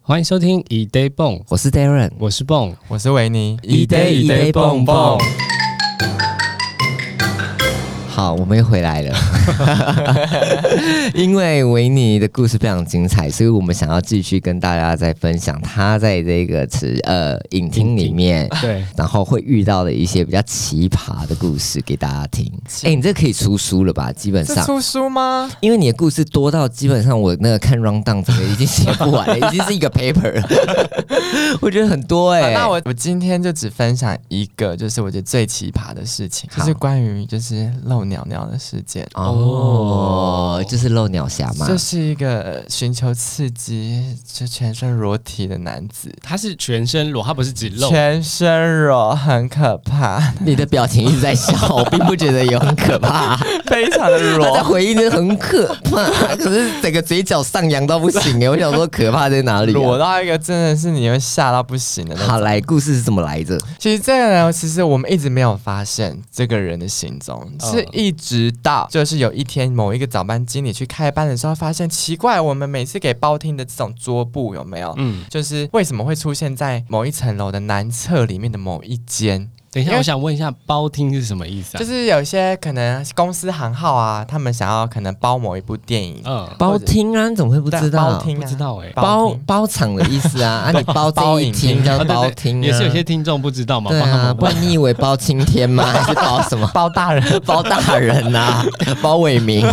欢迎收听以 day 蹦，我是 Darren，我是蹦。 我是维尼，一 day 一 day 蹦蹦。 好，我们又回来了。 因为维尼的故事非常精彩，所以我们想要继续跟大家再分享他在这个池呃影厅里面，对， 然后会遇到的一些比较奇葩的故事给大家听。哎、你这可以出书了吧？基本是上。出书吗？因为你的故事多到基本上我那个看 round down 整个已经写不完 了，已经是一个 paper 了。 我觉得很多哎、好那我我今天就只分享一个，就是我觉得最奇葩的事情，好就是关于就是漏鸟鸟的事件。哦，就是漏鸟侠嘛。这是一个寻求刺激就全身裸体的男子，他是全身裸，他不是只露。全身裸很可 怕，你的表情一直在笑，我并不觉得有很可怕。非常的他在裸。回应的很可怕，可是整个嘴角上扬到不行哎！我想说可怕在哪里、裸啊？到一个真的是你会吓到不行的那好种。来，故事是怎么来着？其实这个人，其实我们一直没有发现这个人的行踪，嗯是一直到就是有一天某一个早班经理去开班的时候，发现奇怪，我们每次给包厅的这种桌布有没有？嗯，就是为什么会出现在某一层楼的南侧里面的某一间？等一因下，为我想问一下，包厅是什么意思啊？就是是有一些可能公司行号啊，他们想要可能包某一部电影，嗯，包厅啊，你怎么会不知包道？厅、啊、不知道哎、包厅包场的意思啊，啊，你包这一包厅影厅叫包啊厅、啊，也是有些听众不知道嘛，对帮他啊，们不问。然你以为包青天吗？还是包什么？包大人 包大人呐、包伟明，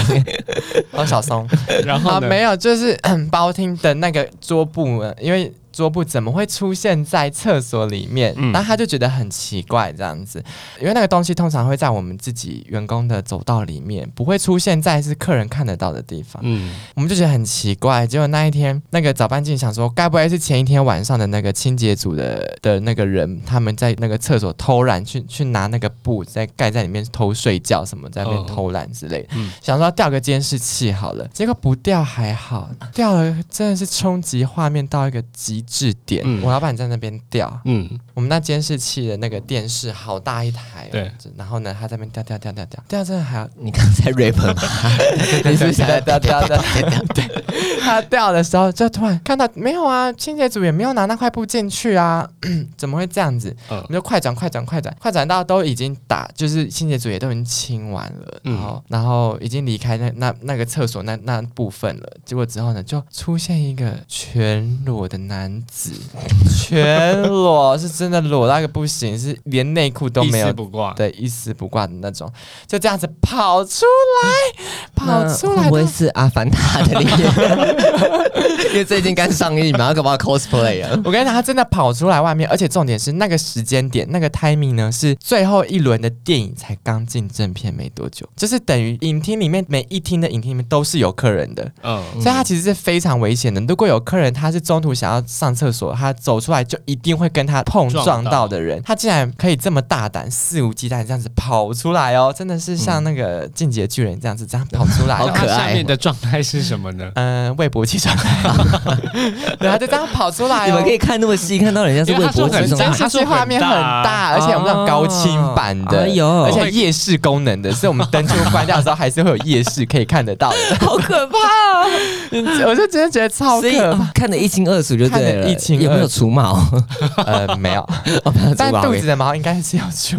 包哦小松。 然后啊，呢没有，就是 包厅的那个桌布，呃因为桌布怎么会出现在厕所里面？嗯然后他就觉得很奇怪，这样子，因为那个东西通常会在我们自己员工的走道里面，不会出现在是客人看得到的地方。嗯，我们就觉得很奇怪。结果那一天，那个早班经理想说，该不会是前一天晚上的那个清洁组的的那个人，他们在那个厕所偷懒，去去拿那个布在盖在里面偷睡觉什么，在那边嗯偷懒之类的。嗯想说调个监视器好了，结果不调还好，调了真的是冲击画面到一个极致点。嗯我老板在那边调，嗯，我们那监视器的那个电视好大一台、哦，对，然后呢，他在那边调调调调调，调真的还要你刚才 rap 吗？你是不是想要掉掉掉对，他掉的时候就突然看到没有啊，清洁组也没有拿那块布进去啊， 怎么会这样子？嗯我们就快转快转快转快转到都已经打，就是清洁组也都已经清完了，嗯然后然后已经离开那那那个厕所那那部分了。结果之后呢，就出现一个全裸的男 子，全裸是真的裸到一个不行，是连内裤都没一丝有不挂。对，一丝不挂的那种，就这样子跑出来，跑出那会来不会的。是《阿凡达》的 里面？因为最近刚上映嘛，要搞不好 cosplay 啊。我跟你讲，他真的跑出来外面，而且重点是那个时间点，那个 timing 呢是最后一轮的电影才刚进正片没多久，就是等于影厅里面每一厅的影厅里面都是有客人的，嗯，所以他其实是非常危险的。如果有客人他是中途想要上厕所，他走出来就一定会跟他碰撞到的人，他竟然可以这么大胆、肆无忌惮这样子跑出来哦，真的是像那个进击的巨人这样子这样跑出来、好哦。那他可爱下面的状态是什么 呢？嗯，魏博气状态， 对，他就这样跑出来、哦。你们可以看那么细，看到人家哎是因为微他说博很集中真但实是数这画面很大，啊很大而且我们那种高清版的，哎呦而且夜视功能的，所以我们灯就关掉的时候还是会有夜视可以看得到的，好可怕、 我就真的觉得超所以、可哦看得一清二楚就对看了。得一清二楚有没有除毛？ 怕。呃，没有，哦没有除但毛肚子的毛应该是有 出，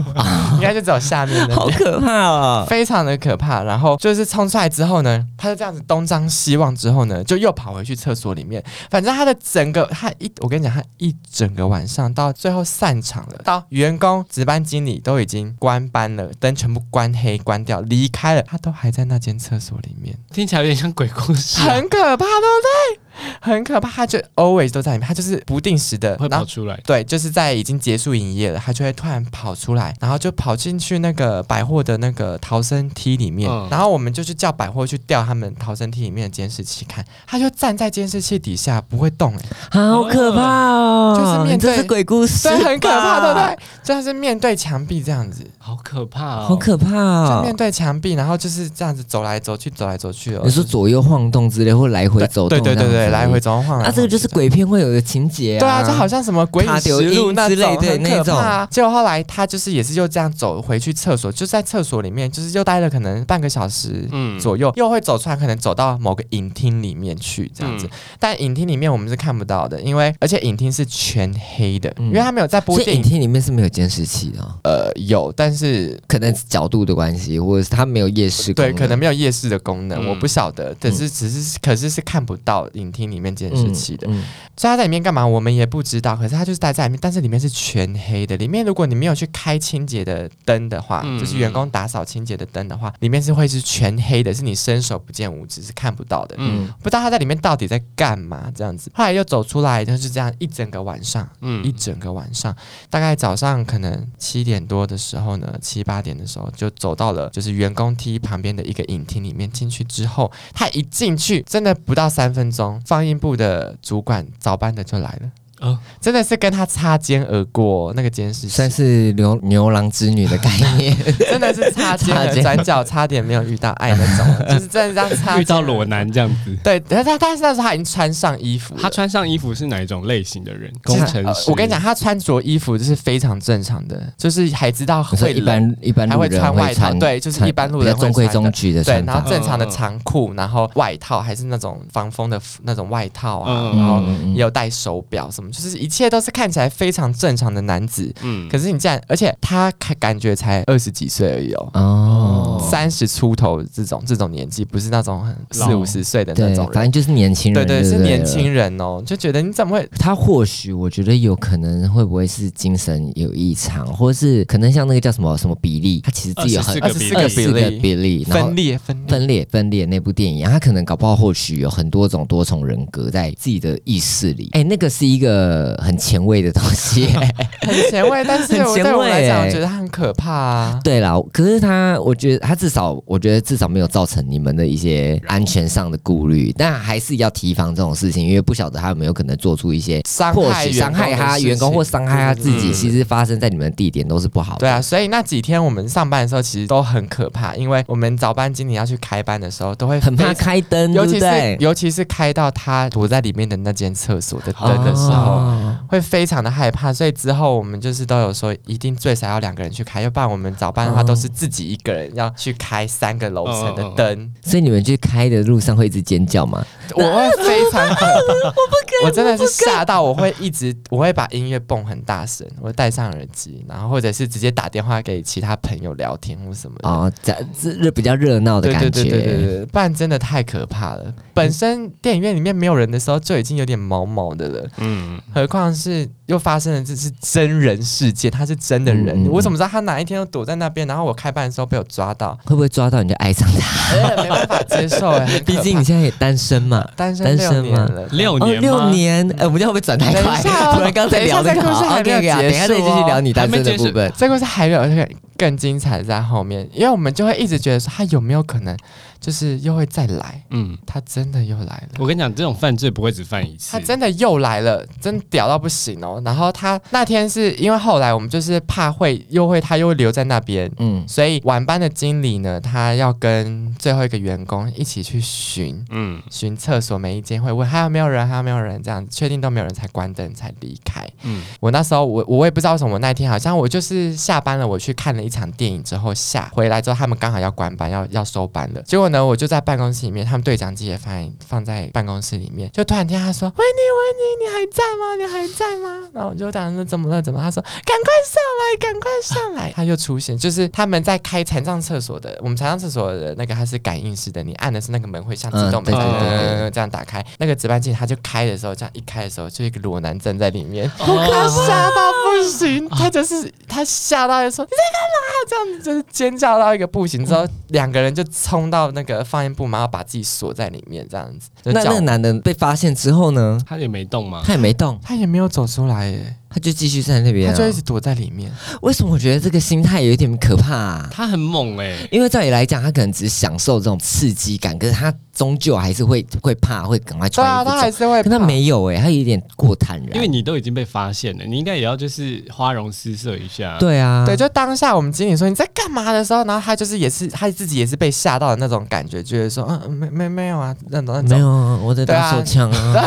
应该就只有下面的好。可怕哦！非常的可怕，然后就是冲出来之后呢，他就这样子东张西望之后呢，就又跑回去厕所里面。反正他的整个他一，我跟你讲，他一整个晚上到最后散场了，到员工、值班经理都已经关班了，灯全部关黑关掉离开了，他都还在那间厕所里面，听起来有点像鬼故事啊、很可怕，对不对？很可怕，他就 always 都在里面，他就是不定时的，会然跑后。出来。对，就是在已经结束营业了，他就会突然跑出来，然后就跑进去那个百货的那个逃生梯里面，嗯然后我们就去叫百货去调他们逃生梯里面的监视器看，他就站在监视器底下不会动、欸，好可怕哦！就是面对你这是鬼故事，对，很可怕，对不？对？就他是面对墙壁这样子，好可怕哦！好可怕就哦面！对墙壁，然后就是这样子走来走去，走来走去哦。你说左右晃动之类，或来回走动对这对样子，对对，来来回走晃来啊，这个就是鬼片会有的情节、啊。对啊，就好像什么鬼影实录那种很可怕、啊。结果后来他就是也是就这样走回去厕所，就在厕所里面，就是又待了可能半个小时嗯左右，又会走出来，可能走到某个影厅里面去这样子。嗯但影厅里面我们是看不到的，因为而且影厅是全黑的，嗯因为他没有在播所以电影影。厅里面是没有监视器的哦、呃，有，但是可能角度的关系，或者是它没有夜视功对，能。可能没有夜视的功能，嗯我不晓得。但是只是可是是看不到影厅里面监视器的，嗯嗯所以他在里面干嘛我们也不知道。可是他就是待在里面，但是里面是全黑的。里面如果你没有去开清洁的灯的话，嗯就是员工打扫清洁的灯的话，里面是会是全黑的，是你伸手不见五指，是看不到的。嗯不知道他在里面到底在干嘛，这样子。后来又走出来，就是这样一整个晚上，一嗯整个晚上，大概早上可能七点多的时候呢，七八点的时候就走到了就是员工梯旁边的一个影厅里面。进去之后，他一进去，真的不到三分钟，放映部的主管早班的就来了。哦真的是跟他擦肩而过，那个监 视器算是牛牛郎织女的概 念。真的是擦肩擦而肩转角，差点没有遇到爱那种，就是真的这样擦肩 而遇到裸男这样子。对，但是他但是那时候他已经穿上衣服了，他穿上衣服是哪一种类型的人？工工程程呃师。我跟你讲，，他穿着衣服就是非常正常的，就是还知道我说会一冷，般一般还路会人穿外会套，穿，对，就是一般路比人较会中规穿的中矩的对穿，然后法。正常的嗯长裤，然后外套还是那种防风的服那种外套啊，嗯然后嗯也有戴手表什么，就是一切都是看起来非常正常的男子。嗯可是你竟然，而且他看感觉才二十几岁而已哦。哦，三十出头这种这种年纪，不是那种很老四五十岁的那对，种反人，正就是年轻对人，对，对，是年轻。人哦，就觉得你怎么会他或许我觉得有可能会不会是精神有异常，或是可能像那个叫什么什么比利，他其实自己有很24二十四这个二比十个例比利，然后分裂分裂？分裂分裂那部电影，他可能搞不好或许有很多种多重人格在自己的意识里。哎、那个是一个很前卫的东 西、很前卫，但是很我前对我来讲，卫我觉得它很可怕啊。对啦，可是他，我觉得他至少，我觉得至少没有造成你们的一些安全上的顾虑，但还是要提防这种事情，因为不晓得他有没有可能做出一些伤或害许员伤工害的他事员工情嗯或伤害他自己，其实发生在你们的地点都是不好的。对啊，，所以那几天我们上班的时候其实都很可怕，因为我们早班经理要去开班的时候都会很怕非常，开灯，尤对其不是对？尤其是开到他躲在里面的那间厕所的灯的时候。哦会非常的害怕，所以之后我们就是都有说，一定最少要两个人去开，要不然我们早班的话哦都是自己一个人要去开三个楼层的哦哦哦灯，所以你们去开的路上会一直尖叫吗？我会非常 可怕，我不敢，我真的是吓到，我会一直，我会把音乐蹦很大声，我会戴上耳机，然后或者是直接打电话给其他朋友聊天或什么的。哦，这这比较热闹的对感对觉。对对对对，不然真的太可怕了。本身电影院里面没有人的时候就已经有点毛毛的了，嗯，何况是又发生了这是真人事件，他是真的人，嗯嗯嗯我怎么知道他哪一天又躲在那边，然后我开班的时候被我抓到，会不会抓到你就爱上他？哎没办法接受哎、很可毕怕竟你现在也单身嘛。单身单六身年吗了，六哦，年吗六年，哎，我们这样会不会转太等一快？下 哦突然刚才聊那等个，一下这故事好还没有，OK，OK，好结等一下再继束续哦聊你单身还的没结束部分。这故事还有一个更精彩在后面，因为我们就会一直觉得说他有没有可能，就是又会再来，嗯，他真的又来了。我跟你讲，这种犯罪不会只犯一次。他真的又来了，真屌到不行哦！然后他那天是因为后来我们就是怕会又会他又留在那边，嗯，所以晚班的经理呢，他要跟最后一个员工一起去巡嗯巡厕所，每一间会问还有没有人，还有没有人，这样确定都没有人才关灯才离开。嗯我那时候我我也不知道为什么，我那天好像我就是下班了，我去看了一场电影之后下回来之后，他们刚好要关班，要要收班了。结果呢，我就在办公室里面，他们对讲机也放放在办公室里面，就突然听他说：“维尼，维尼，你还在吗？你还在吗？”然后我就当时怎么了？怎么了？他说：“赶快上来，赶快上来！”他就出现，就是他们在开残障厕所的，我们残障厕所的那个它是感应式的，你按的是那个门会像自动门嗯对对对这对样这样打开。那个值班经理他就开的时候，这样一开的时候，就一个裸男站在里面。好可他吓到不行，他就是他吓到就说你在干嘛？这样子就是尖叫到一个不行，之后两个人就冲到那个放映部嘛，然后把自己锁在里面，这样子。就那叫那个男的被发现之后呢？他也没动吗？他也没动他也没有走出来耶，他就继续站在那边、他啊。就一直躲在里面。为什么我觉得这个心态有一点可怕、啊？他很猛哎、因为照理来讲，他可能只享受这种刺激感，可是他终究还是会会怕，会赶快对穿啊，衣服他走。还是会可他怕。没有哎、他有点过坦然。因为你都已经被发现了，你应该也要就是花容失色一下。，对啊，对，就当下我们经理说你在干嘛的时候，然后他就是也是他自己也是被吓到的那种感觉，觉得说嗯嗯没没没有啊那种那没种，有啊，我在打手枪啊，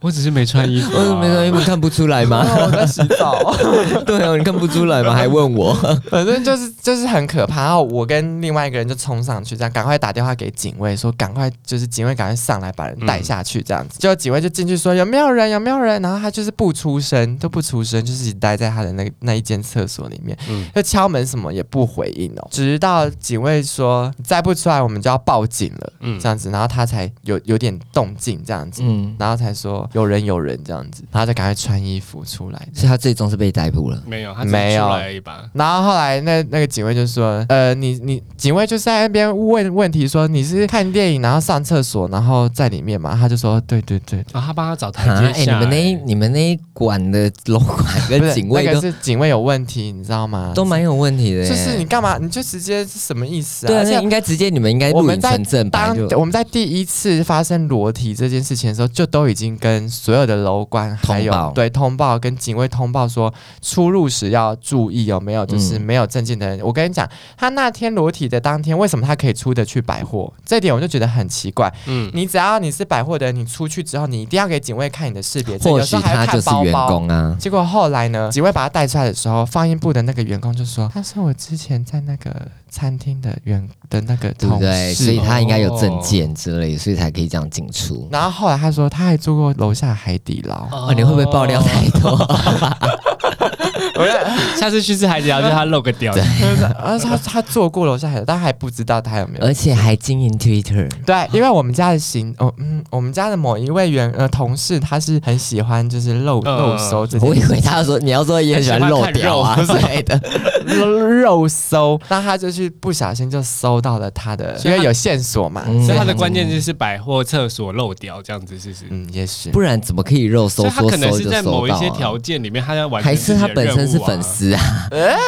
我只是没穿衣服、我怎么啊，哦没有，你们看不出来吗？然后我在洗澡， 对哦，你看不出来吗？还问 我？反正就是就是很可怕。然后我跟另外一个人就冲上去，这样赶快打电话给警卫说赶快就是警卫赶快上来把人带下去这样子。结果警卫就进去说有没有人有没有人，然后他就是不出声都不出声，就是一直待在他的那那一间厕所里面。嗯，就敲门什么也不回应哦，直到警卫说你再不出来我们就要报警了，嗯这样子，然后他才有有点动静这样子，嗯，然后才说有人有人这样子，然后才赶快穿衣服出来。所以他最终是被逮捕了。没有，他只是没有出来而已吧。然后后来那那个警卫就说，呃，你你警卫就是在那边问问题说你是看电影然后上厕所然后在里面嘛，他就说对对对，啊，他帮他找台啊！哎、阶你下、们那一你们那一馆的楼管不跟是警卫那都、个是警卫有问题，你知道吗？都蛮有问题的耶，就是你干嘛你就直接是什么意思啊？对啊，而且那应该直接你们应该我录们影在成正版当就我们在第一次发生裸体这件事情的时候，就都已经跟所有的楼管还通有报对通报跟警卫通报说，出入时要注意有没有就是嗯没有证件的人。我跟你讲，他那天裸体的当天，为什么他可以出得去百货？这点我就觉得很奇怪。嗯，你只要你是百货的人，你出去之后，你一定要给警卫看你的识别证，或有时许候还他要就看是包员包。工啊。结果后来呢，警卫把他带出来的时候，放映部的那个员工就说：“他是我之前在那个餐厅的员的那个对不同对？事。所以他应该有证件之类，所以才可以这样进出。然后后来他说他还住过楼下海底捞， 哦，你会不会爆料太多？下次去吃海底捞，叫他露个 屌。然后呃他他做过楼下海底捞，但还不知道他有没有。而且还经营 Twitter，对，因为我们家的行，哦嗯，我们家的某一位员呃同事，他是很喜欢就是露嗯露搜这件我事以为他说你要说也很喜欢漏掉啊很喜之类的。露 肉搜，那他就去不小心就搜到了他的，所因以他为有线索嘛，嗯所以他的关键字是百货、厕所、漏屌这样子，是不是？嗯也许 不然怎么可以肉所搜以他搜可能搜是就在某搜一到些啊？条件里面，他在完成还是他自己的本身是任务啊粉？丝啊？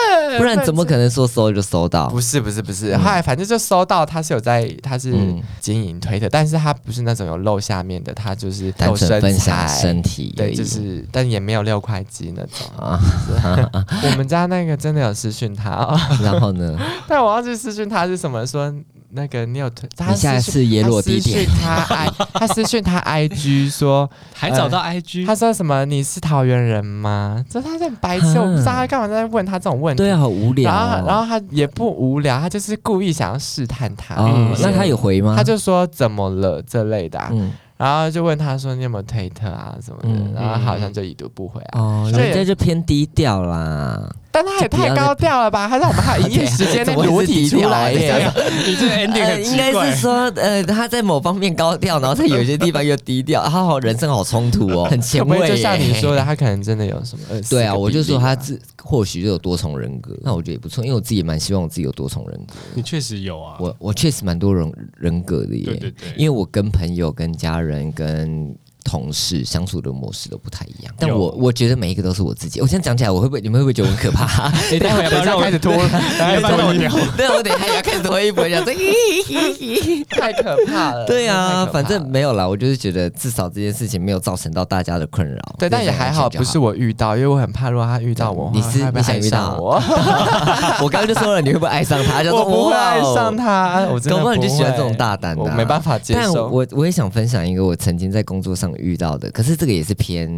不然怎么可能说搜就搜到？不是不是不是，嗯后来反正就搜到他是有在，他是嗯经营推特，但是他不是那种有露下面的，他就是单露纯身分享材，身体而对，已，就是但也没有六块肌那种。啊。我们家那个真的有私讯他、哦， 然后呢？但我要去私讯他是什么？说那个你有推，他你下私讯次也裸地点， 他私讯他 i 他私讯他 IG 说，还找啊到 IG，他说什么你是桃园人吗？这他在白痴，啊我不知道他干嘛在问他这种问题。对啊，好无聊然后然哦。后他也不无聊，他就是故意想要试探他。哦嗯，那他有回吗？他就说怎么了这类的啊、嗯。然后就问他说你有没有推特啊什么的，嗯然后好像就已读不回啊。哦，所以人家就偏低调啦。但他也就不要太再啊高调了吧？他让我 们还有营业时间内裸体出来怎么会是耶！哎你这个 ending 呃，很应奇该怪是。说，呃，他在某方面高调，然后在有些地方又低调， 他好人生好冲突哦，很前可不卫会耶。就像你说的，他可能真的有什么24对啊，个我比例就说他自或许就有多重人格，那我觉得也不错，因为我自己也蛮希望我自己有多重人格。你确实有啊，我我确实蛮多人人格的耶，对对对，因为我跟朋友、跟家人、跟同事相处的模式都不太一样，但有我我觉得每一个都是我自己。我现在讲起来，我会不会你们会不会觉得我很可 怕？ 你哎待会要不要让我开始脱了，要不要让我聊？对，啊我等一下也要开始脱衣服，讲这。 太可怕了。对真的太可怕啊，了反正没有啦，我就是觉得至少这件事情没有造成到大家的困扰。对，但也还好，不是我遇到，因为我很怕，如果他遇到我，你是他会不会你想爱遇到上我？ 我，我刚刚就说了，你会不会爱上他？就说 我不会爱上。哇哦他，我真的搞不好你就喜欢这种会大胆的啊我没办法接但受。我我也想分享一个我曾经在工作上遇到的，可是这个也是偏，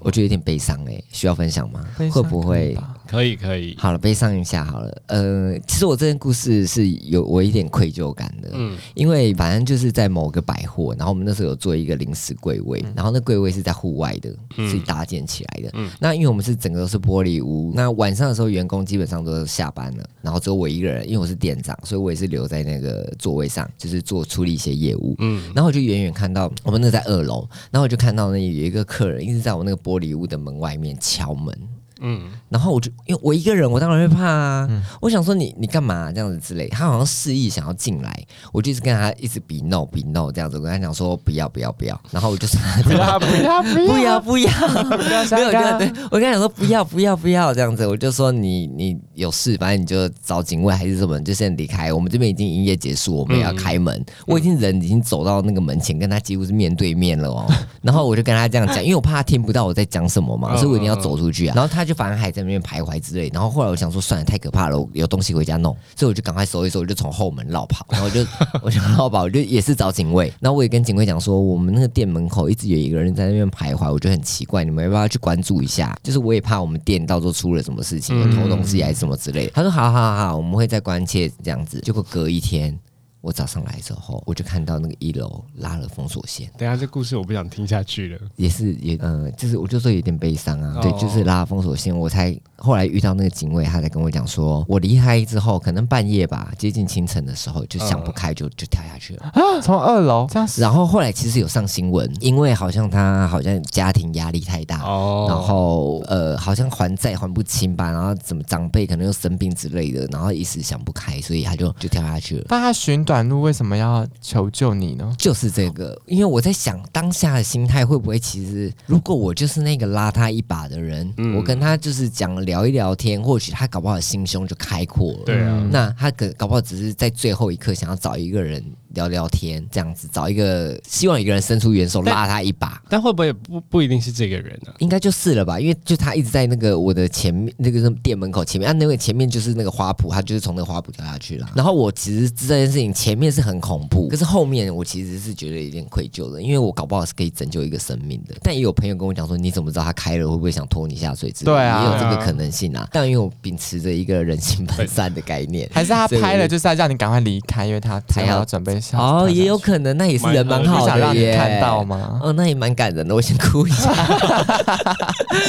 我觉得有点悲伤哎、需要分享吗悲？伤会不可以会 吧可以可以，好了，悲伤一下好了。呃，其实我这件故事是有我一点愧疚感的，嗯因为反正就是在某个百货，然后我们那时候有做一个临时柜位，嗯然后那柜位是在户外的，嗯自己搭建起来的。嗯那因为我们是整个都是玻璃屋，那晚上的时候员工基本上都下班了，然后只有我一个人，因为我是店长，所以我也是留在那个座位上，就是做处理一些业务。嗯，然后我就远远看到我们那在二楼，然后我就看到那有一个客人一直在我那个玻璃屋的门外面敲门， 嗯，然后我就因为我一个人，我当然会怕啊。嗯我想说你你干嘛这样子之类，他好像示意想要进来，我就一直跟他一直比 no 比 no 这样子，我跟他讲说不要不要不要，然后我就说不要不要不不要要不要，不要没有香我跟他港对，我跟他讲说不要不要不要这样子，我就说你你有事，反正你就找警卫还是什么，你就先离开。我们这边已经营业结束，我们嗯也要开门，我已经人已经走到那个门前，跟他几乎是面对面 了哦。然后我就跟他这样讲，因为我怕他听不到我在讲什么嘛，嗯所以我一定要走出去啊。然后他就反正还在那边徘徊之类。然后后来我想说，算了，太可怕了，我有东西回家弄，所以我就赶快收一收，我就从后门绕跑， 然后我就我就绕跑，我就也是找警卫。然后我也跟警卫讲说，我们那个店门口一直有一个人在那边徘徊，我觉得很奇怪，你们要不要去关注一下？就是我也怕我们店到时候出了什么事情，有偷东西还是什么之类的。他说好好好，我们会再关切这样子。结果隔一天。我早上来之后，我就看到那个一楼拉了封锁线， 等一下这故事我不想听下去了。也是也呃，就是我就说有点悲伤啊，哦对，就是拉封锁线，我才后来遇到那个警卫，他才跟我讲说，我离开之后，可能半夜吧，接近清晨的时候就嗯想不开就，就跳下去了。啊，从二楼这样子，然后后来其实有上新闻，因为好像他好像家庭压力太大，哦然后呃好像还债还不清吧，然后怎么长辈可能又生病之类的，然后一时想不开，所以他就就跳下去了。但他寻短路为什么要求救你呢？就是这个，因为我在想当下的心态会不会，其实如果我就是那个拉他一把的人，嗯我跟他就是讲聊一聊天，或许他搞不好心胸就开阔了。对啊嗯，那他可搞不好只是在最后一刻想要找一个人聊聊天，这样子找一个希望一个人伸出援手但拉他一把，但会不会不不一定是这个人啊呢、应该就是了吧？因为就他一直在那个我的前面，那个什么店门口前面，啊，那个前面就是那个花圃，他就是从那个花圃掉下去了。然后我其实这件事情前面是很恐怖，可是后面我其实是觉得有点愧疚的，因为我搞不好是可以拯救一个生命的。但也有朋友跟我讲说，你怎么知道他开了会不会想拖你下水之类的？对啊也有这个可能性啊。但因为我秉持着一个人性本善的概念，还是他所以我拍了就是要叫你赶快离开，因为他才要准备下哦，也有可能，那也是人蛮好不的想让你耶看到啊吗？哦，那也蛮感人的，我先哭 一下。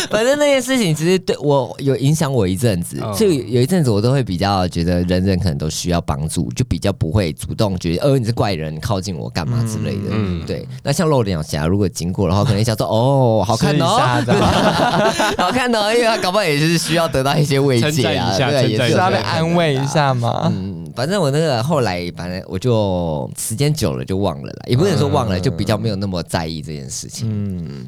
反正那件事情其实对我有影响我一阵子，嗯所以有一阵子我都会比较觉得人人可能都需要帮助，就比较不会主动觉得，呃，你是怪人，你靠近我干嘛之类的。嗯嗯对。那像露脸小侠，如果经过的话，可能想 说，哦，好看试一哦，下这样啊 好看哦，因为他搞不好也是需要得到一些慰藉啊，称赞一下对，称也赞一下是是有要这个被可能安慰的一啊下吗？嗯，反正我那个后来，反正我就时间久了就忘了啦，也不能说忘了，就比较没有那么在意这件事情。嗯，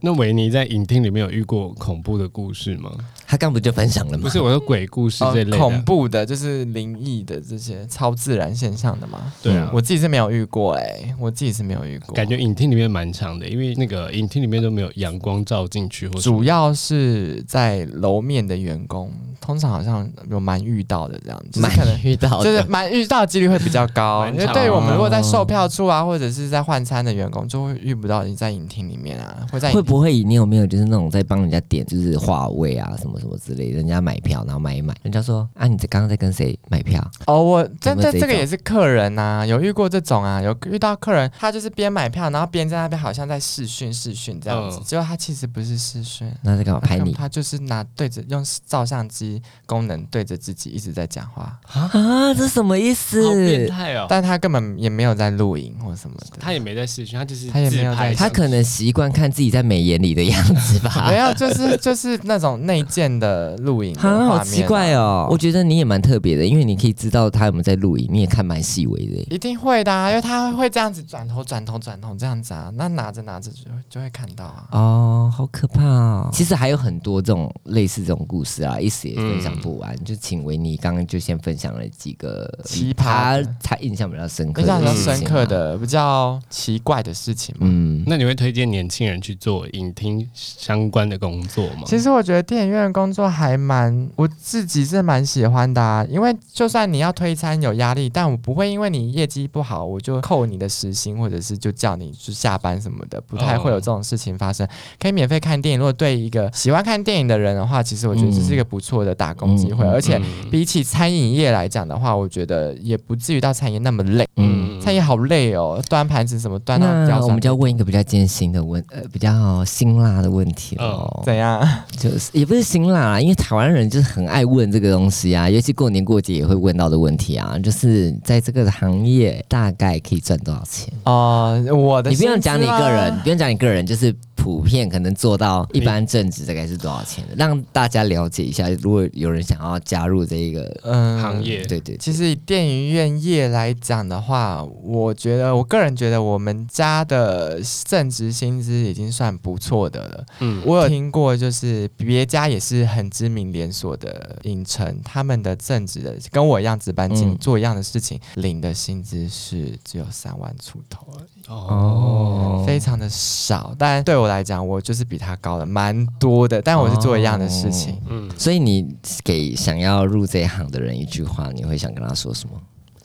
那维尼在影厅里面有遇过恐怖的故事吗？他刚不就分享了吗不？是，我说鬼故事哦这类的。恐怖的，就是灵异的这些超自然现象的嘛。对啊，嗯我自己是没有遇过哎，我自己是没有遇过，感觉影厅里面蛮长的，因为那个影厅里面都没有阳光照进去，或者主要是在楼面的员工，通常好像有蛮遇到的这样，就是蛮可能。 遇到的，就是蛮遇到的几率会比较 高，蛮因为长对于我们如果在售票处啊，或者是在换餐的员工，就会遇不到你在影厅里面啊，会在会影不会你有没有就是那种在帮人家点就是话位啊什么什么之类的，人家买票然后买一买，人家说啊你这刚刚在跟谁买票？哦，我这有没有这这一这个种也是客人呐、有遇过这种啊，有遇到客人他就是边买票，然后边在那边好像在试训试训这样子，嗯结果他其实不是试训，那在干嘛拍你他就是拿对着用照相机功能对着自己一直在讲话， 啊？这什么意好变思？态哦。但他根本也没有在录影或什么的，他也没在视讯，他就是他也没有自拍在上他去可能习惯看自己在美颜里的样 子吧没。有，就是就是那种内建的录影的画面 啊，啊、好奇怪哦！我觉得你也蛮特别的，因为你可以知道他有没有在录影，你也看蛮细微的耶。一定会的、啊，因为他会这样子转头、转头、转头这样子啊，那拿着拿着就会就会看到啊。哦，好可怕哦！其实还有很多这种类似这种故事啊，一时也分享不完。就请维尼刚刚就先分享了几个奇葩的他他印象比较深刻、印象比较深的事情刻啊。的、比较奇怪的事情嘛。嗯，那你会推荐年轻人去做影厅相关的工作吗？嗯其实我觉得电影院工作还蛮，我自己是蛮喜欢的、啊，因为就算你要推餐有压力，但我不会因为你业绩不好，我就扣你的时薪，或者是就叫你就下班什么的，不太会有这种嗯事情发生。可以免费看电影，如果对一个喜欢看电影的人的话，其实我觉得这是一个不错的的打工机会，嗯嗯而且嗯比起餐饮业来讲的话，我觉得也不至于到餐饮那么累。嗯餐饮好累哦，端盘子什么端到那腰我酸们就要问一个比较艰辛的问，呃，比较辛辣的问题哦。怎样？就是也不是辛辣啦，因为台湾人就是很爱问这个东西啊，尤其过年过节也会问到的问题啊，就是在这个行业大概可以赚多少钱？哦、我的你不用薪资讲你个人，吗你不用讲你个人，就是普遍可能做到一般正职大概是多少钱的，让大家了解一下。如果有人想要加入这一个嗯行业对对，其实以电影院业来讲的话，我觉得我个人觉得我们家的正职薪资已经算不错的了。嗯我有听过，就是别家也是很知名连锁的影城，他们的正职的跟我一样值班经理、嗯做一样的事情，领的薪资是只有三万出头而已，哦，非常的少。但对我来讲，我就是比他高了蛮多的，哦但我是做一样的事情。嗯，所以你给想要入这一行的人一句话，你会想跟他说什么？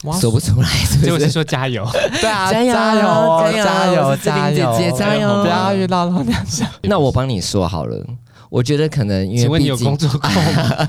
哇说不出来，是结不果是是？说加油，对啊，加油加油哦，加加油我油，是志玲加姐油，姐加油不要遇到老娘家。那我帮你说好了。我觉得可能因 请为问你毕有竟工作过吗？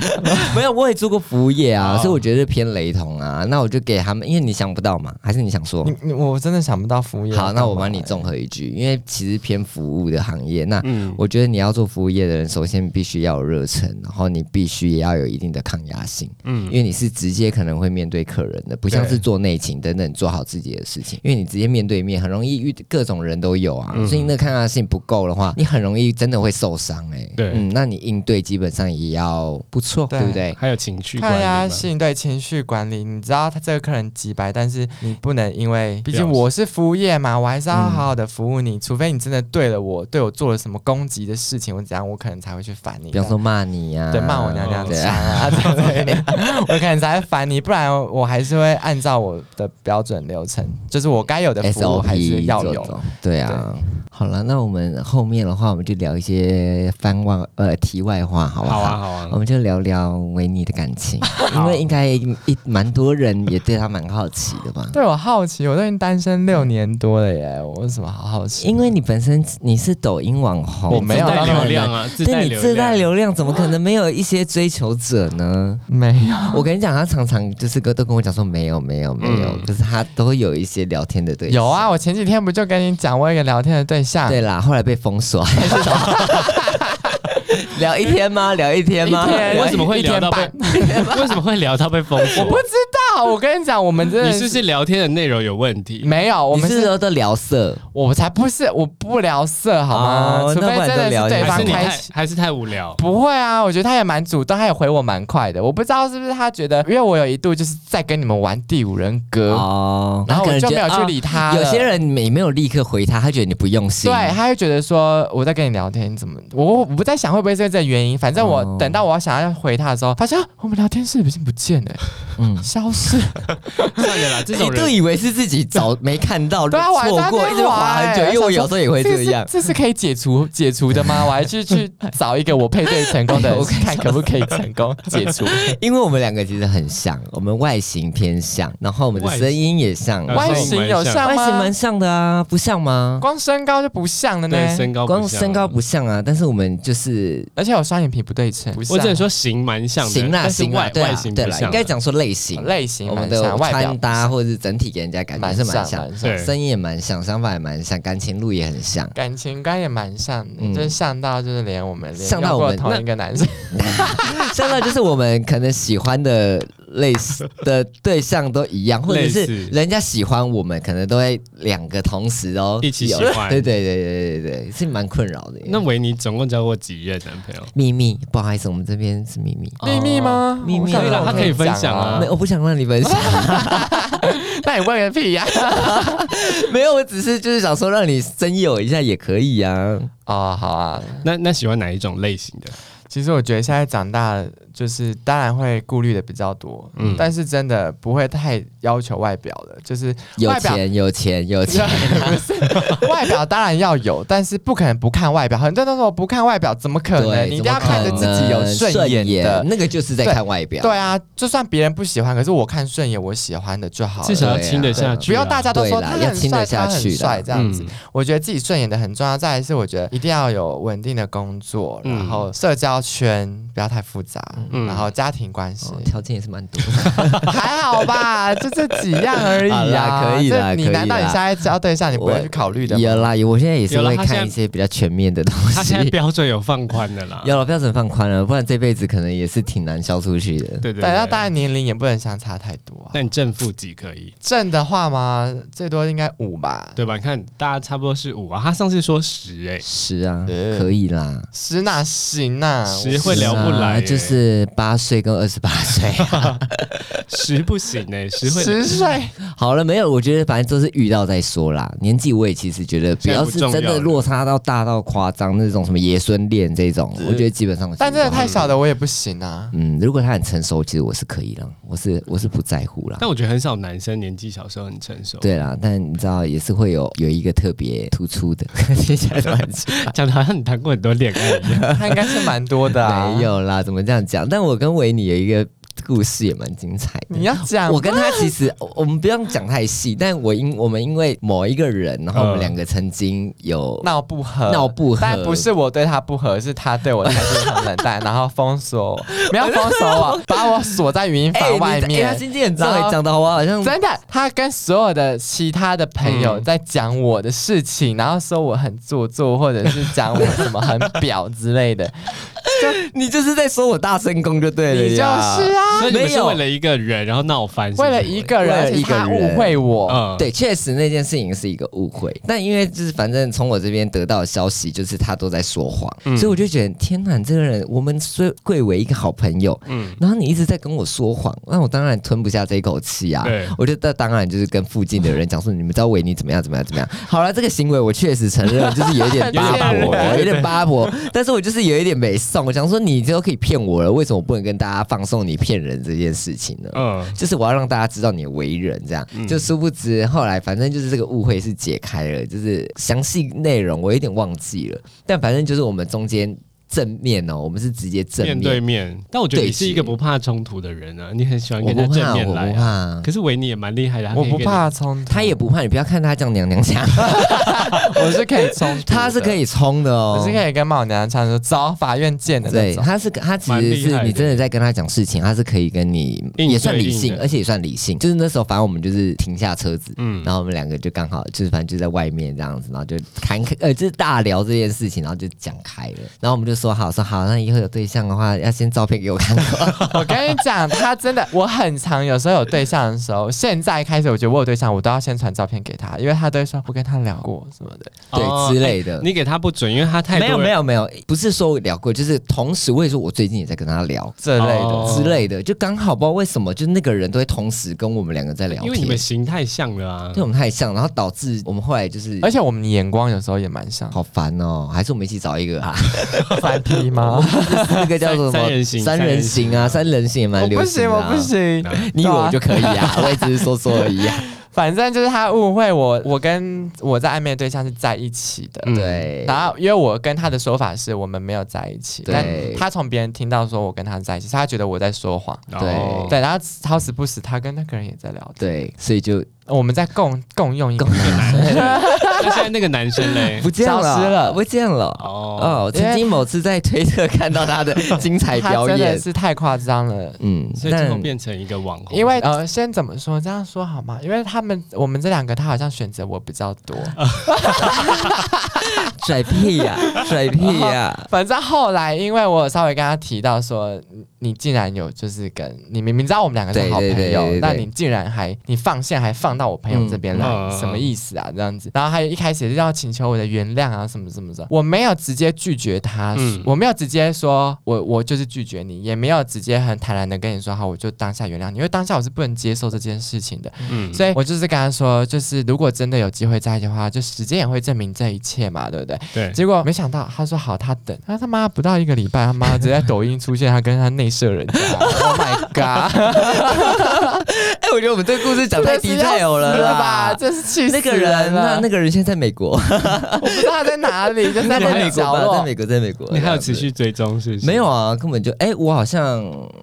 没有，我也做过服务业啊，哦所以我觉得偏雷同啊。那我就给他们，因为你想不到嘛，还是你想说？你你我真的想不到服务业。好，那我帮你。欸综合一句，因为其实偏服务的行业，那嗯，我觉得你要做服务业的人，首先必须要有热忱，然后你必须也要有一定的抗压性，嗯因为你是直接可能会面对客人的，不像对是做内勤等等做好自己的事情，因为你直接面对面，很容易遇各种人都有啊，嗯所以那抗压性不够的话，你很容易真的会受伤哎、对嗯，那你应对基本上也要不错，对对不对？还有情绪管看理呀，吗？性对啊情绪管理，你知道他这个客人几百，但是你不能因为，毕表竟示我是服务业嘛，我还是要好好的服务你，除非你真的对了我，对我做了什么攻击的事情，我怎样，我可能才会去烦你。比方说骂你呀、啊，对，骂我娘娘对腔啊之类的， 我可能才会烦你，不然我还是会按照我的标准流程，就是我该有的服务 SOP 还是要有这。种对啊。好了，那我们后面的话，我们就聊一些番外呃题外话，好不好啊，好啊我，们就聊聊维尼的感情，因为应该一蛮多人也对他蛮好奇的吧。对我好奇，我都已经单身六年多了耶，我为什么好好奇？因为你本身你是抖音网红，我没有自带自带流量啊，自带对你自流带量，流量，怎么可能没有一些追求者 呢？没有，我跟你讲，他常常就是跟都跟我讲说没有没有没有，嗯可是他都有一些聊天的对象。有啊啊，我前几天不就跟你讲，我有一个聊天的对象，对啦，后来被封 锁。聊一天吗？聊一天吗？一 天为什么会聊到被？ 为什么会聊到被封锁？不知道。啊我跟你讲，我们真的你是不是聊天的内容有问题？没有，我你们是是，说都聊色？我才不是，我不聊色好吗？哦除非那不然真就的聊是一下对还方是你开太启。还是太无聊？不会啊，我觉得他也蛮主动，他也回我蛮快的。我不知道是不是他觉得，因为我有一度就是在跟你们玩第五人格，哦，呃然后可我能就觉没得有去哦理他了。有些人没没有立刻回他，他觉得你不用心。哎对，他会觉得说我在跟你聊天，你怎么我我不在想会不会是这个原因？反正我哦等到我想要回他的时候，发现啊我们聊天室已经不见了，嗯，消失。算了啦，这种一度人以为是自己早没看到， 对啊我还在错那边过，一直滑很久，滑欸因为我有时候也会这这是样。这是可以解除解除的吗？我还去去找一个我配对成功的哎 人我跟你看可不可以成功解除。因为我们两个其实很像，我们外形偏像，然后我们的外形声音也像，呃外形有像外形吗蛮？像的啊，不像吗？光身高就不像了呢，对身高不光像身高，不像啊，但是我们就是而且我双眼皮不对称，我只能说型蛮像的，行啦但是行啦外，啊对外啦形对不啦，像，应该讲说类型，哦类型我们蛮的像，外表穿搭或者是整体给人家感觉蛮是像蛮像，蛮像对声音也蛮像，想法也蛮像，感情路也很像。感情观也蛮像的，嗯就是像到就是连我们连像到用过我们同一个男生， 相当于就是我们可能喜欢的类似的对象都一样，或者是类似人家喜欢我们，可能都会两个同时哦一起喜有欢 对对对对对对，是蛮困扰的耶。那维尼总共交过几任男朋友？秘密，不好意思，我们这边是秘密。秘密吗？哦秘密我想对啦我他可以分讲享啊没，我不想让 你分享。那你问个屁呀！ 没有，我只是就是想说让你真有一下也可以啊。哦，好啊，那那喜欢哪一种类型的？其实我觉得现在长大了，就是当然会顾虑的比较多，嗯但是真的不会太要求外表了， 就是有外表钱，有钱，有 钱。外表当然要有，但是不可能不看外表。很多人都说我不看外表，怎么可能？对，你一怎定么要看着可自己有能顺眼的。那个就是在对看外表。对啊，就算别人不喜欢，可是我看顺眼，我喜欢的就好了。至少要亲得下不去啊，要大家都说对啦他要很亲得帅，他下很去啦帅这样子。嗯我觉得自己顺眼的很重要。再来是，我觉得一定要有稳定的工作，嗯然后社交圈不要太复杂，嗯然后家庭关系哦， 条件也是蛮多的。还好吧，就这几样而已好啊。啦可以这啦你可以难道你啦现在交对象你不会我去考虑的吗？有啦，有我现在也是有啦会他现在看一些比较全面的东他现在西。标准有放宽的啦。 有了标准放宽了，不然这辈子可能也是挺难消出去的。对对对，那当对。然年龄也不能相差太多啊。那你正负几可以？正的话嘛，最多应该五吧。对吧？你看大家差不多是五啊，他上次说十哎、是啊，对可以啦。十哪行啊？十会聊不来是啊就是八岁跟二十八岁 啊。十不行哎、十会十岁，好了，没有，我觉得反正都是遇到再说啦。年纪我也其实觉得，不要是现真在不重要的了落差到大到夸张那种什么爷孙恋这种，我觉得基本上。但真的太小的我也不行 啊。嗯，如果他很成熟，其实我是可以啦，我是我是不在乎 啦。但我觉得很少男生年纪小时候很成熟，对啦，但你知道也是会有有一个特别突出的， 听起来都很奇讲的好像你谈过很多恋爱一样。他应该是蛮多的、啊。没，有啦，怎么这样讲？但我跟维尼有一个故事也蛮精彩的你。要讲我跟他其啊实，我我们不用讲太细，但我因我们因为某一个人，然后我们两个曾经有闹不和，闹不和呃但不是我对他不和，是他对我态度很冷淡，然后封锁我，没有封锁我， 把我锁在语音哎房外你面。哎他心机很重然后哎，讲的我好像真的，他跟所有的其他的朋友在讲我的事情，然后说我很做作，或者是讲我什么很婊之类 的。你就是在说我大声公就对了你就是呀啊，所以你们没是有为了一个人然后闹翻是不为是，了一个人，哦为而了且一个他人误会我，嗯，对，确实那件事情是一个误会，但因为就是反正从我这边得到的消息，就是他都在说谎，嗯所以我就觉得天哪，你这个人我们虽贵为一个好朋友，嗯，然后你一直在跟我说谎，那我当然吞不下这一口气啊。对我就当当然就是跟附近的人讲说，你们知道维尼怎么样怎么样怎么样。好了，这个行为我确实承认，就是有 一点八有点婆，人我有点八婆，但是我就是有一点没送。我想说，你都可以骗我了，为什么不能跟大家放送你骗人这件事情呢？嗯，就是我要让大家知道你的为人，这样、就殊不知后来反正就是这个误会是解开了，就是详细内容我有点忘记了，但反正就是我们中间正面哦，我们是直接正面面对面。但我觉得你对是一峙个不怕冲突的人啊，你很喜欢我跟人不家怕，正面我来不啊。怕。可是维尼也蛮厉害的，他可我以不哦跟你怕冲突，他也不怕，你不要看他这样娘 娘腔，我是可以冲突的，他是可以冲的我哦是。可以跟猫娘唱说走法院见的那对，种。他是他其蛮实厉害是的你真的在跟他讲事情，他是可以跟你硬也算对理硬性，的而且也算理性。就是那时候，反正我们就是停下车子，嗯然后我们两个就刚好就是反正就在外面这样子，然后就谈呃就是大聊这件事情，然后就讲开了，然后我们就说好说好，那以后有对象的话，要先照片给我 看过。我跟你讲，他真的，我很常有时候有对象的时候，现在开始我觉得我有对象，我都要先传照片给他，因为他都会说我跟他聊过什么的。哦对之类的哎你给他不准，因为他太多没有人没有没有，不是说聊过，就是同时我也说我最近也在跟他聊这类的哦之类的，就刚好不知道为什么，就那个人都会同时跟我们两个在聊因为你们天，形态像了啊对。我们太像，然后导致我们后来就是而且我们眼光有时候也蛮像，好烦哦，还是我们一起找一个 啊，三 P 吗？那个叫做什么三人行三人行啊，三人行也蛮我流不行行，的我啊不。行。你以为对啊我就可以 啊？我也只是说说而已啊。反正就是他误会我，我跟我在暧昧的对象是在一起的。嗯对，然后，因为我跟他的说法是我们没有在一起，但对他从别人听到说我跟他在一起，所以他觉得我在说谎。对哦 对，然后好死不死，他跟那个人也在聊天，对，所以就我们在共共用一个共那现在那个男生嘞？不见了，消失了不见了。哦， 哦，曾经某次在推特看到他的精彩他表真 的演，是太夸张了。嗯，所以最后但变成一个网红，因为呃，先怎么说？这样说好吗？因为他们我们这两个，他好像选择我比较 多。拽屁 呀，拽屁呀，反正后来，因为我有稍微跟他提到说，你你竟然有就是跟你明明知道我们两个是好朋对友，对对对对那你竟然还你放线还放到我朋友这边来，嗯什么意思啊？这样子，然后还有一开始也是要请求我的原谅啊，什么什么什么，我没有直接拒绝他，嗯我没有直接说我我就是拒绝你，也没有直接很坦然的跟你说好，我就当下原谅你，因为当下我是不能接受这件事情的，嗯所以我就是跟他说，就是如果真的有机会在一起的话，就时间也会证明这一切嘛，对不对？对，结果没想到，他说好，他等，他他妈不到一个礼拜，他妈直接在抖音出现，他跟他内射 人家，Oh my god，哎，我觉得我们这个故事讲太 detail 了真的是要死了啦吧？。这是气死那个人，那了那个人现在在美国，我不知道他在哪里，就是在在哦美国角吧，在落。美国，在美国。啊你还有持续追踪是不是？没有啊？根本就哎，我好像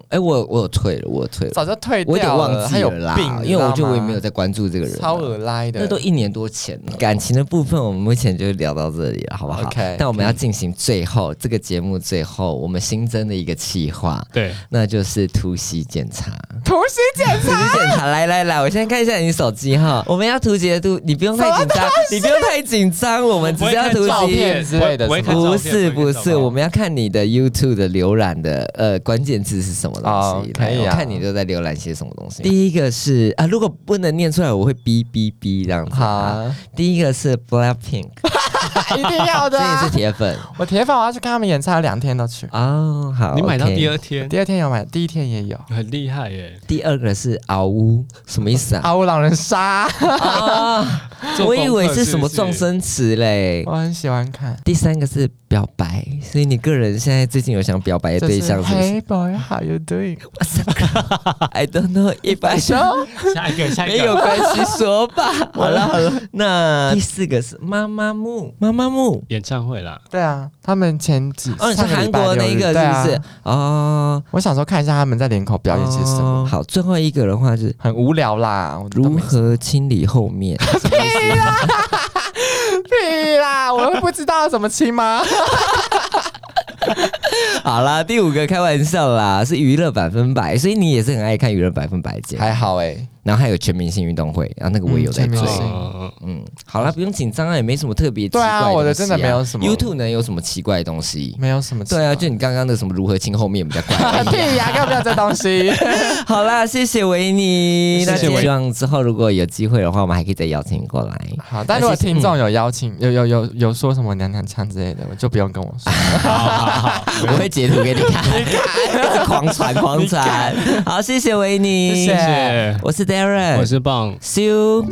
哎，我我有退了，我有退了，早就退我有点掉忘他记有了啦病，，因为我就就我也没有在关注这个人啊，超恶赖的，那都一年多前了。感情的部分，我们目前就聊到这里了，好不好 OK，但我们要进行最后这个节目最后我们新增的一个企划，对，那就是突袭检查。突袭检突袭检查，来来来，我现在看一下你手机哈，我们要突截图，你不用太紧张，你不用太紧张，我们只是要突照袭片。之类的不会看不照片是不不会看照是，片我们要看你的 YouTube 的浏览的呃关键字是什么东西哦，可来以啊我看你都在浏览些什么东西。第一个是啊，如果不能念出来，我会哔哔哔这样子。好， 好，第一个是 Blackpink，一定要这的啊。也是铁粉我铁粉，我要去看他们演唱，两天都去。 哦。好，你买到 OK 第二天，第二天有买，第一天也有。很厉害耶！第二个是嗷呜，什么意思 啊？ 啊，我老人杀，啊啊，做我功以课为是是什么不是撞声词嘞。我很喜欢看。第三个是表白，所以你个人现在最近有想表白的哎对象是不是 黑 boy how you doing？ ？I don't know if I should，下一个，下一没有个，关系，说吧。 好了好了， 那第四个是妈妈木，妈妈木。演唱会啦，对啊，他们前几哦，你是上个韩礼拜国那六日个对是啊不是？哦，我想说看一下他们在联口表演些什么，哦好，最后一个的话是很无聊啦。我都如没何清理后 面。屁啦，我又不知道怎么 亲吗？ 好啦，第五个开玩笑啦，是娱乐百分百，所以你也是很爱看娱乐百分百节目。还好哎、然后还有全明星运动会，然后那个我也有在嗯全追明。嗯星嗯嗯嗯，好了，不用紧张啊，也没什么特别奇对怪啊东西我的真的没有什么 YouTube 能有什么奇怪的东西？没有什么。对啊，就你刚刚的什么如何亲后面比较怪而已。 屁呀，根本没有这东 西。好啦，谢谢维尼。谢谢维尼那希望之后如果有机会的话，我们还可以再邀请你过 来。好，但如果听众有邀请，有有有有说什么娘娘腔之类的，我就不用跟我说。我会截图给你看， 一直狂传狂传。好，谢谢维尼，谢谢谢谢，我是 Darren，我是棒。 s u